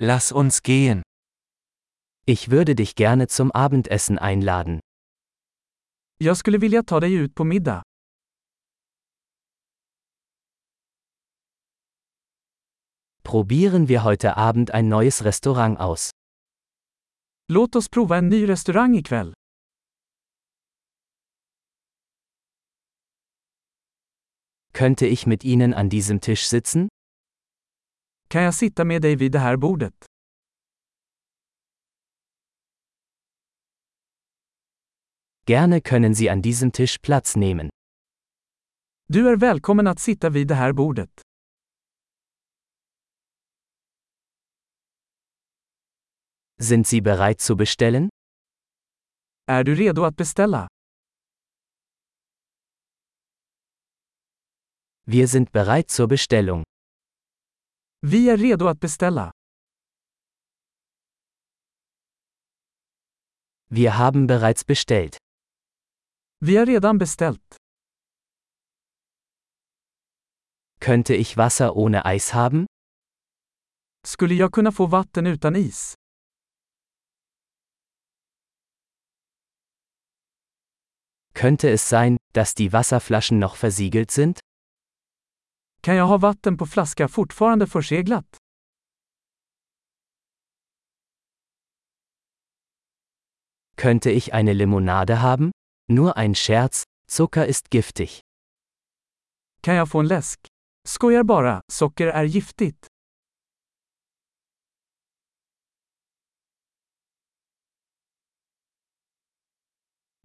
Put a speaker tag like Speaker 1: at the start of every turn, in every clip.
Speaker 1: Lass uns gehen.
Speaker 2: Ich würde dich gerne zum Abendessen einladen.
Speaker 3: Jag skulle vilja ta dig ut på middag.
Speaker 2: Probieren wir heute Abend ein neues Restaurant aus.
Speaker 3: Låt oss prova en ny restaurang ikväll.
Speaker 2: Könnte ich mit Ihnen an diesem Tisch sitzen?
Speaker 3: Kan jag sitta med dig vid det här bordet?
Speaker 2: Gerne können Sie an diesem Tisch Platz nehmen.
Speaker 3: Du är välkommen att sitta vid det här bordet.
Speaker 2: Sind Sie bereit zu bestellen?
Speaker 3: Är du redo att beställa?
Speaker 2: Wir sind bereit zur Bestellung.
Speaker 3: Vi är redo att beställa.
Speaker 2: Wir haben bereits bestellt.
Speaker 3: Vi har redan beställt.
Speaker 2: Könnte ich Wasser ohne Eis haben?
Speaker 3: Skulle jag kunna få vatten utan is?
Speaker 2: Könnte es sein, dass die Wasserflaschen noch versiegelt sind?
Speaker 3: Kan jag ha vatten på flaska fortfarande förseglat?
Speaker 2: Könnte ich eine Limonade haben? Nur ein Scherz, Zucker ist giftig.
Speaker 3: Kan jag få en läsk? Skojar bara, socker är giftigt.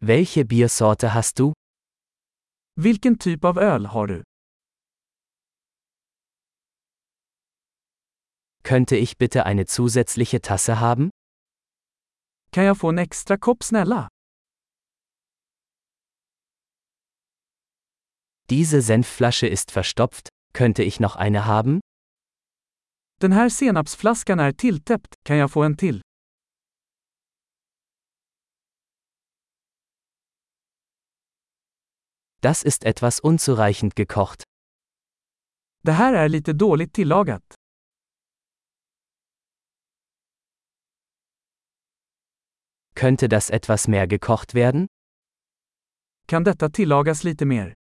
Speaker 2: Welche Biersorte hast du?
Speaker 3: Vilken typ av öl har du?
Speaker 2: Könnte ich bitte eine zusätzliche Tasse haben?
Speaker 3: Kan jag få en extra kopp snälla?
Speaker 2: Diese Senfflasche ist verstopft, könnte ich noch eine haben?
Speaker 3: Den här senapsflaskan är tilltäppt, kan jag få en till?
Speaker 2: Das ist etwas unzureichend gekocht.
Speaker 3: Det här är lite dåligt tillagat.
Speaker 2: Könnte das etwas mehr gekocht werden?
Speaker 3: Kan detta tillagas lite mer?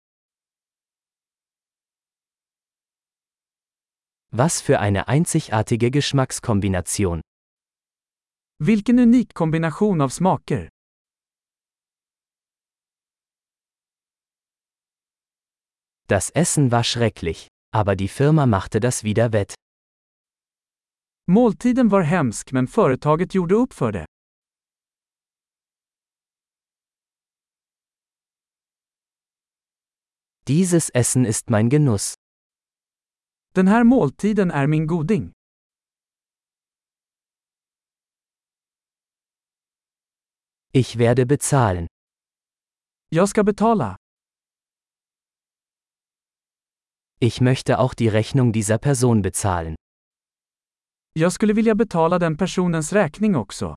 Speaker 2: Was für eine einzigartige Geschmackskombination.
Speaker 3: Vilken unik kombination av smaker.
Speaker 2: Das Essen war schrecklich, aber die Firma machte das wieder wett.
Speaker 3: Måltiden var hemsk men företaget gjorde upp för det.
Speaker 2: Dieses Essen ist mein Genuss.
Speaker 3: Den här måltiden är min goding.
Speaker 2: Ich werde bezahlen.
Speaker 3: Jag ska betala.
Speaker 2: Ich möchte auch die Rechnung dieser Person bezahlen.
Speaker 3: Jag skulle vilja betala den personens räkning också.